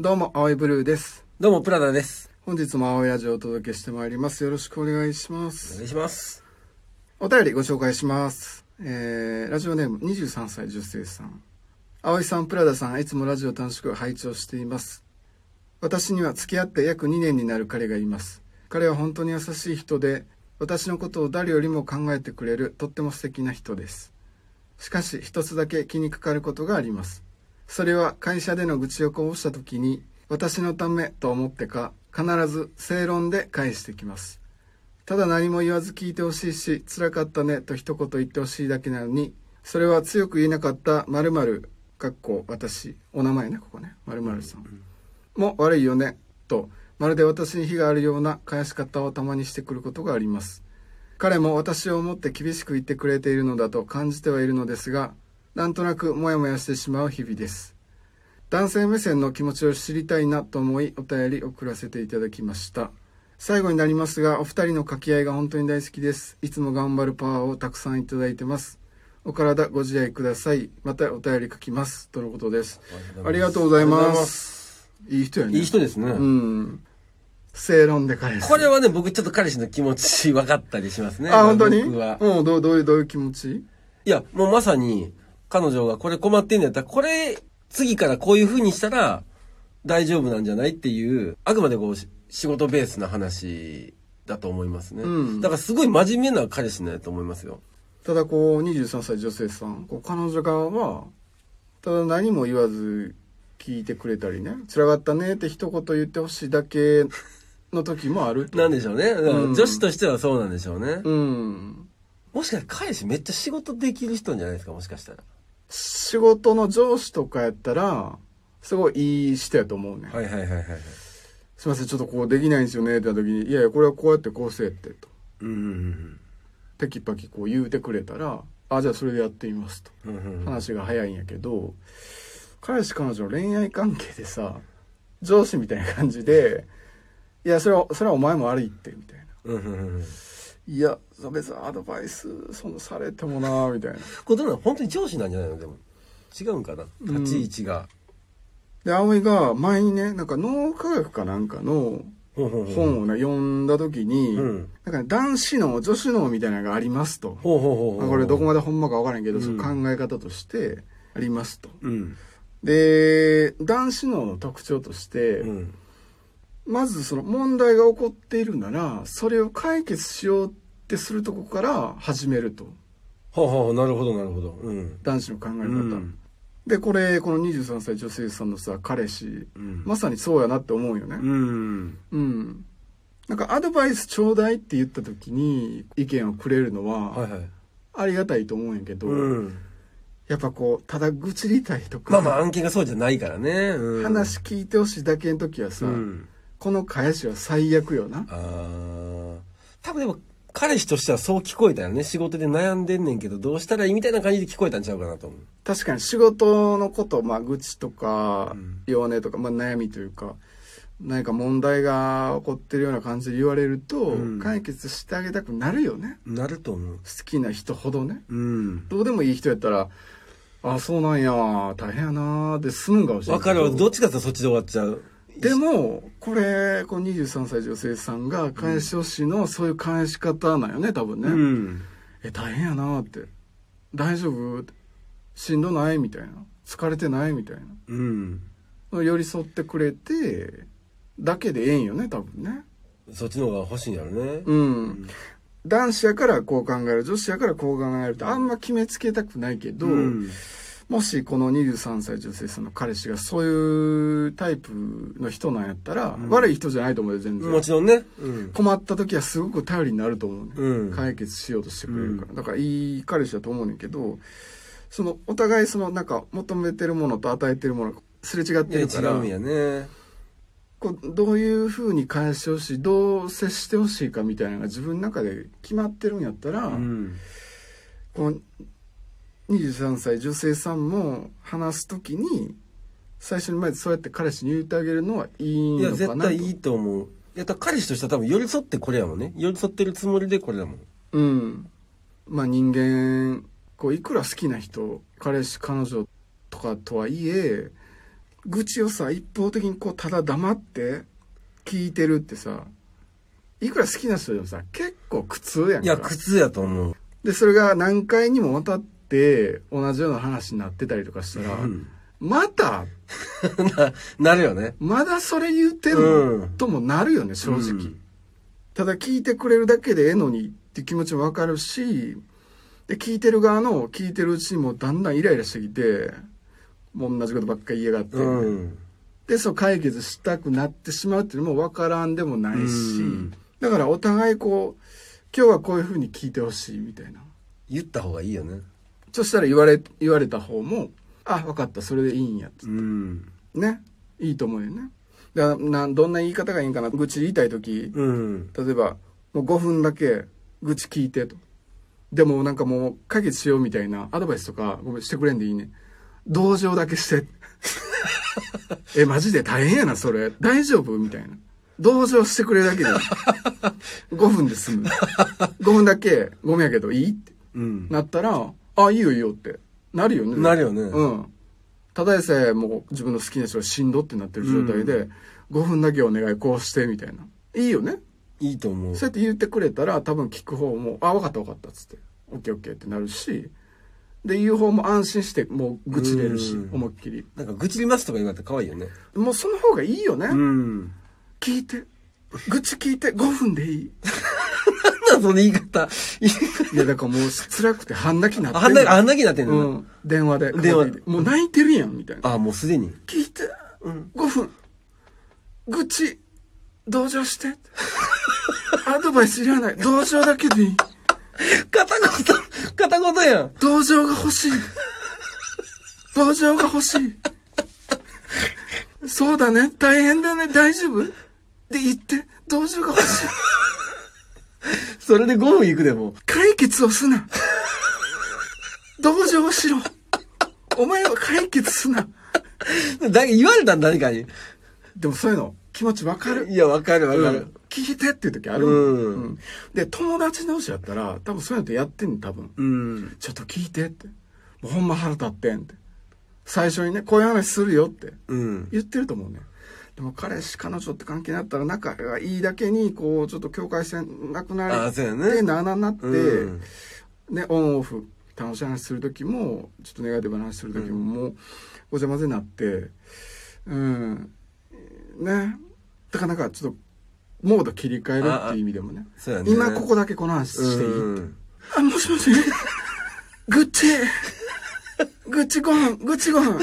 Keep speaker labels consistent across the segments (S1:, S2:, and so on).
S1: どうも、青いブルーです。
S2: どうも、プラダです。
S1: 本日も青いラジオをお届けしてまいります。よろしくお願いしま
S2: お
S1: す。
S2: 願いします。
S1: お便りご紹介します。えー、ラジオネーム23歳女性さん。青いさん、プラダさん、いつもラジオ短縮を拝聴しています。私には付き合って約2年になる彼がいます。彼は本当に優しい人で、私のことを誰よりも考えてくれる、とっても素敵な人です。しかし、一つだけ気にかかることがあります。それは会社での愚痴をこぼした時に私のためと思ってか必ず正論で返してきますただ何も言わず聞いてほしいし辛かったねと一言言ってほしいだけなのにそれは強く言えなかった〇〇かっこ私お名前ねここね〇〇さんも悪いよねとまるで私に非があるような返し方をたまにしてくることがあります彼も私を思って厳しく言ってくれているのだと感じてはいるのですがなんとなくモヤモヤしてしまう日々です男性目線の気持ちを知りたいなと思いお便り送らせていただきました最後になりますがお二人の掛け合いが本当に大好きですいつも頑張るパワーをたくさんいただいてますお体ご自愛くださいまたお便り書きますとのことですありがとうござい
S2: ありがと
S1: ま
S2: うございます
S1: いい人やね
S2: いい人ですね。
S1: うん正論で返す
S2: これはね、僕ちょっと彼氏の気持ち分かったりしますね。
S1: あ本当に
S2: 僕は。
S1: うんどうどういうどういう気持ち
S2: いや、もうまさに、彼女がこれ困ってんだったら、これ、次からこういう風にしたら、大丈夫なんじゃないっていう、あくまでこう、し仕事ベースな話だと思いますね。
S1: うん
S2: だからすごい真面目な彼氏なんやと思いますよ。
S1: ただこう23歳女性さんこう彼女側はただ何も言わず聞いてくれたりね「辛かったね」って一言言ってほしいだけの時もあると
S2: なんでしょうね。だから
S1: うん
S2: 女子としてはそうなんでしょうね。
S1: うん
S2: もしかして彼氏めっちゃ仕事できる人じゃないですか、もしかしたら。
S1: 仕事の上司とかやったらすごいいい人やと思うね、
S2: はいはいはいはいはい。
S1: すいませんちょっとこうできないんですよねって言った時に「いやいやこれはこうやってこうせえ」ってと
S2: うんうん
S1: テキパキこう言うてくれたら「あじゃあそれでやってみます」と
S2: うんうんうん。
S1: 話が早いんやけど彼氏彼女の恋愛関係でさ上司みたいな感じで「いやそれはそれはお前も悪いって」みたいな
S2: うんうんうんうん。
S1: 「いや別にアドバイスそのされてもな」みたいな
S2: これどうなの本当に上司なんじゃないのでも。違うんかな立ち位置が。
S1: で葵が前にねなんか脳科学かなんかの
S2: ほうほうほう。
S1: 本をね読んだ時に、
S2: うん
S1: なんかね男子脳女子脳みたいなのがありますと、
S2: ほうほうほう
S1: ま
S2: ほ
S1: あ
S2: う。
S1: これどこまでほんまか分からんけど、
S2: うん
S1: その考え方としてありますと
S2: うん。
S1: で男子脳の特徴として、
S2: うん。
S1: まずその問題が起こっているならそれを解決しようってするとこから始めると
S2: ほうほうほう。なるほどなるほど。うん。
S1: 男子の考え方、
S2: うん
S1: でこれこの23歳女性さんのさ彼氏
S2: うん。
S1: まさにそうやなって思うよね
S2: うん。
S1: うん、なんかアドバイスちょうだいって言った時に意見をくれるの
S2: は
S1: はい
S2: はい。
S1: ありがたいと思うんやけど、
S2: うん。
S1: やっぱこうただ愚痴りたいとか、
S2: まあまあ案件がそうじゃないからね。うん。
S1: 話聞いてほしいだけの時はさ、
S2: うん。
S1: この返しは最悪よな
S2: あー多分でも、彼氏としてはそう聞こえたよね。仕事で悩んでんねんけど、どうしたらいいみたいな感じで聞こえたんちゃうかなと思う。
S1: 確かに仕事のこと、まあ、愚痴とか
S2: うん
S1: 弱音とか、まあ、悩みというか何か問題が起こってるような感じで言われると、
S2: うん
S1: 解決してあげたくなるよね
S2: なると思う。
S1: 好きな人ほどね
S2: うん。
S1: どうでもいい人やったら「あそうなんや大変やな」で済むんかもしれな
S2: わ
S1: い
S2: か
S1: け
S2: る
S1: ど
S2: わ。どっちかって言ったらそっちで終わっちゃう。
S1: でもこれこの23歳女性さんが返してほしいのはそういう返し方なんよね多分ね、
S2: うん。
S1: え大変やなって大丈夫しんどないみたいな疲れてないみたいな
S2: うん。
S1: 寄り添ってくれてだけでええんよね多分ね
S2: そっちの方が欲しいんやろね。
S1: うん男子やからこう考える女子やからこう考えるとあんま決めつけたくないけど、
S2: うん
S1: もしこの23歳女性さんの彼氏がそういうタイプの人なんやったら、
S2: ん
S1: 悪い人じゃないと思うよ全然
S2: もちろんね。うん。
S1: 困った時はすごく頼りになると思うね、
S2: うん
S1: 解決しようとしてくれるから、だからいい彼氏だと思うねんけどそのお互いそのなんか求めてるものと与えてるものがすれ違っ
S2: い
S1: て
S2: や違
S1: るから
S2: うんやね。
S1: こうどういうふうに返してほしいどう接してほしいかみたいなのが自分の中で決まってるんやったら、
S2: うん。
S1: この23歳女性さんも話す時に最初にまずそうやって彼氏に言ってあげるのはいい
S2: いや、
S1: のか
S2: 絶
S1: なと
S2: 対いいと思う。いや、だから彼氏としては多分寄り添ってこれやもんね。寄り添ってるつもりでこれだもん。
S1: うんまあ人間こういくら好きな人彼氏彼女とかとはいえ愚痴をさ、一方的にこう、ただ黙って聞いてるってさ、いくら好きな人でもさ、結構苦痛やんか。
S2: いや、苦痛やと思う。
S1: で、それが何回にもわたって、同じような話になってたりとかしたら、
S2: うん
S1: また、
S2: な、なるよね。
S1: まだそれ言ってんの、
S2: うん
S1: ともなるよね、正直。
S2: うん
S1: ただ聞いてくれるだけでええのにっていう気持ちもわかるし、で、聞いてる側の聞いてるうちにもうだんだんイライラしてきて、もう同じことばっかり言いやがって、
S2: うん。
S1: で、そう解決したくなってしまうっていうのもわからんでもないし、
S2: うん
S1: だからお互いこう、今日はこういう風に聞いてほしいみたいな。
S2: 言った方がいいよね。
S1: そしたら言われ、言われた方も、あ、わかった、それでいいんや、
S2: うん。
S1: ね。いいと思うよね。だなんどんな言い方がいいんかな。愚痴言いたいとき、
S2: うん。
S1: 例えば、もう5分だけ愚痴聞いてと。でもなんかもう解決しようみたいなアドバイスとか、ごめん、してくれんでいいね。同情だけして。 え、マジで大変やな、それ。大丈夫みたいな。同情してくれるだけで。5分で済む。5分だけ、ごめんやけど、いいって。
S2: うん。
S1: なったら、あ、いいよいいよって。なるよね。
S2: なるよね
S1: うん。ただでさえもう自分の好きな人がしんどってなってる状態で、5分だけお願いこうしてみたいな。いいよね。
S2: いいと思う。
S1: そうやって言ってくれたら、多分聞く方も、あ、わかったわかったっつって、オッケーオッケーってなるし、で、言う方も安心して、もう愚痴れるし
S2: う、ん
S1: 思いっきり。
S2: なんか、愚痴りますとか言われたら可愛いよね。
S1: もうその方がいいよね。
S2: うん。
S1: 聞いて。愚痴聞いて5分でいい。
S2: なんだその言い方。
S1: いや、だからもう辛くて半泣きになって
S2: あんな、あん
S1: な
S2: なになってん
S1: う
S2: の、
S1: ん。電話で。
S2: 電話で
S1: もう泣いてるやん、みたいな。
S2: あ、もうすでに。
S1: 聞いて、5分、愚痴、同情して、アドバイスいらない、同情だけでいい、
S2: 片言、 片言やん。
S1: 同情が欲しい、同情が欲しい、そうだね、大変だね、大丈夫で言って、同情が欲しい、
S2: それで5分いくでも。
S1: 解決をすな、同情をしろ、お前は解決すな。
S2: だ言われたん誰かに。
S1: でもそういうの、気持ちわかる
S2: いや、わかるわかる。
S1: 聞いてっていう時ある、
S2: うん
S1: で友達同士やったら多分そういうのってやってんの多分、
S2: うん。
S1: ちょっと聞いてってもうほんま腹立ってんって最初にねこういう話するよって
S2: うん。
S1: 言ってると思うねでも彼氏彼女って関係になったら仲がいいだけにこうちょっと境界線なくな
S2: あ
S1: り
S2: そうやね
S1: でなあなあになって、
S2: うん
S1: ねオンオフ楽しい話する時もちょっとネガティブな話する時も、もうごちゃ混ぜになってうんねだからなんかちょっとモード切り替えるっていう意味でもね
S2: そうやね。
S1: 今ここだけこの話していい、
S2: うん
S1: あもしもし愚痴愚痴ご飯愚痴ご飯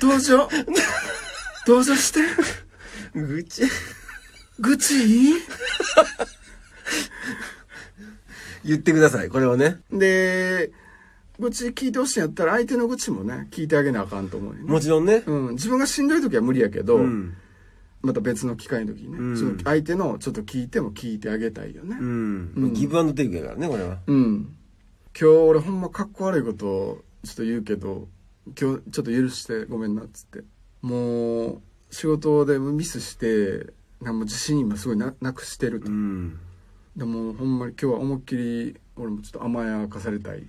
S1: 同情同情して
S2: 愚痴。
S1: 愚痴いい
S2: 言ってください、これをね。
S1: で愚痴聞いてほしいんやったら相手の愚痴もね聞いてあげなあかんと思うよね
S2: もちろんね。
S1: うん、自分がしんどい時は無理やけど、
S2: うん。
S1: また別の機会の時にね、
S2: うん
S1: ちょっと相手のちょっと聞いても聞いてあげたいよね
S2: う
S1: うん、
S2: ん。ギブアンドテイクやからね、これは。
S1: 今日俺ほんまかっこ悪いことちょっと言うけど今日ちょっと許してごめんなっつってもう仕事でミスしてなんも自信今すごいななくしてると、
S2: うん。
S1: でもほんまに今日は思いっきり俺もちょっと甘やかされ たい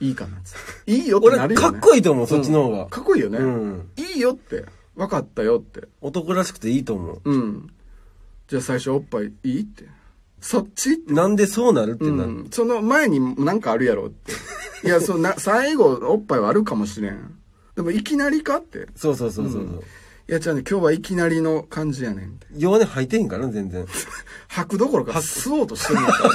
S1: いいかなっつっていいよって
S2: 俺
S1: な、るよ、ね、
S2: かっこいい
S1: い
S2: と思う、そっちの方が。
S1: かっこいいよね、
S2: うん
S1: いいよって分かったよって
S2: 男らしくていいと思う。
S1: うん。じゃあ最初おっぱいいいって。そっちって。
S2: なんでそうなるって
S1: う
S2: なる。
S1: ん。その前になんかあるやろ って。いや、そうな、最後おっぱいはあるかもしれん。でもいきなりかって。
S2: そうそうそうそうそう。
S1: いや、じゃあね、今日はいきなりの感じやねんって。
S2: 弱音吐いてへんからね、全然。
S1: 吐くどころか吸おうとしてるんだ か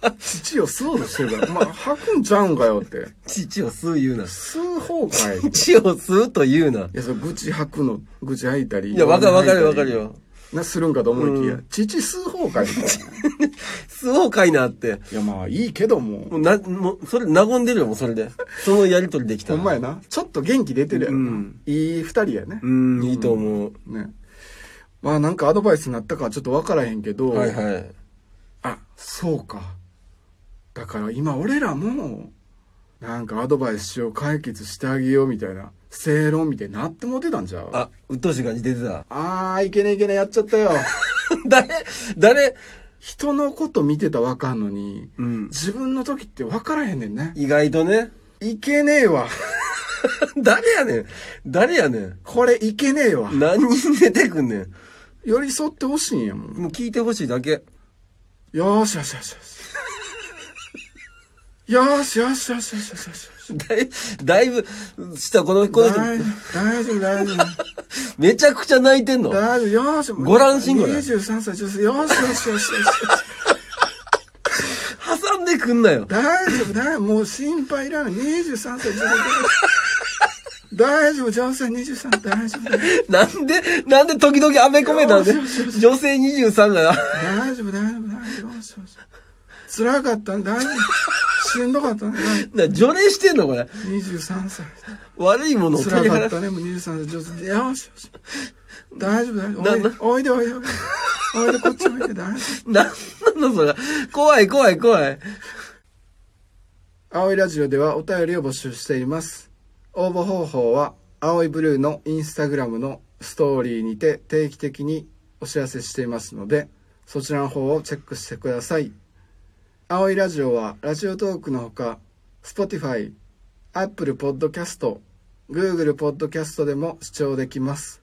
S1: らね。父を吸おうとしてるから。まあ、吐くんちゃうんかよって。
S2: 父を吸う言うな。
S1: 吸う方かい。い
S2: 父を吸うと言うな。
S1: や、それ愚痴吐くの、愚痴吐いたり。
S2: いやわかるわかるわかるよ。
S1: な、するんかと思いきや、父吸う方かい。
S2: 吸おうかいなって。
S1: いや、まあ、いいけども。
S2: もうな、もう、それ、和んでるよ、もうそれ で。そのやりとりできた
S1: ほ
S2: ら。
S1: んまやな。ちょっと元気出てるやろな。
S2: うん
S1: いい二人やね。
S2: うん、いいと思う。
S1: ね。まあなんかアドバイスになったかはちょっとわからへんけど、
S2: はいはい。
S1: あ、そうか。だから今俺らも、なんかアドバイスを解決してあげようみたいな、正論みたいになってもうてたんじゃうあ。
S2: あ、うっとうしい感じ出てた
S1: あー、いけねいけねやっちゃったよ。
S2: 誰誰
S1: 人のこと見てたらわかんのに、
S2: うん
S1: 自分の時ってわからへんねんね。
S2: 意外とね。
S1: いけねえわ。
S2: 誰やねん誰やねん
S1: これいけねえわ。
S2: 何人出てくんねん
S1: 寄り添ってほしいんやもん。
S2: もう聞いてほしいだけ。
S1: よーしよしよしよし。よーしよしよしよしよしよし。
S2: だいだいぶ、したこの、この人、
S1: 大丈夫、大丈夫、大丈
S2: めちゃくちゃ泣いてんの
S1: 夫。。大丈夫、よーし。
S2: ご乱心ご乱
S1: 23歳、女性、よーしよしよしよし。
S2: 挟んでくんなよ。
S1: 大丈夫、大丈夫。もう心配いらない。23歳、女性。大丈夫、女性23、大丈夫、大丈夫。
S2: なんで、なんで時々アメコメなんで、女性23が、
S1: 大丈夫、大丈夫、大丈夫。よーしよし。辛かったね、大丈夫。しんどかったね。
S2: な除霊してんのこれ。
S1: 23歳。
S2: 悪いものを取
S1: 辛
S2: り
S1: かっ
S2: 払って
S1: た。ね、もう23歳、女性。よしよし。大丈夫、大丈夫。
S2: な
S1: おいで
S2: な、
S1: おいで、おいで。おいで、こっち向いて、大丈
S2: なんなのそれ。怖い怖い怖い。
S1: 夫。青いラジオではお便りを募集しています。応募方法は、青いブルーのインスタグラムのストーリーにて定期的にお知らせしていますので、そちらの方をチェックしてください。青いラジオは、ラジオトークのほか、Spotify、Apple Podcast、Google Podcast でも視聴できます。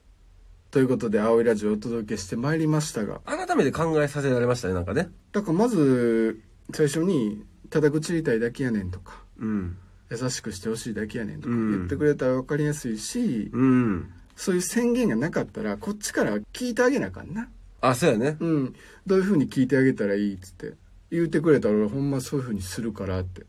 S1: ということで、青いラジオをお届けしてまいりましたが、
S2: 改めて考えさせられましたね、なんかね。
S1: だからまず最初に「ただ口言いたいだけやねん」とか
S2: うん。
S1: 「優しくしてほしいだけやねん」とか
S2: うん
S1: 言ってくれたら分かりやすいし、
S2: うん。
S1: そういう宣言がなかったらこっちから聞いてあげなあかんな、
S2: あ、そうやね。
S1: うん、どういうふうに聞いてあげたらいいっつって言ってくれたら俺ほんまそういうふうにするからって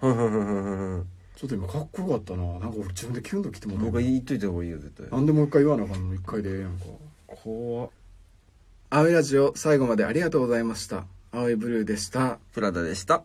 S2: ふんふんふんふんふん。
S1: ちょっと今かっこよかったななんか俺自分でキュンときても
S2: もう一
S1: う
S2: 回言っといた方がいいよ、絶対。
S1: なんでもう一回言わなあかんの一回でええやんか怖青いラジオ最後までありがとうございました青いブルーでした
S2: プラダでした。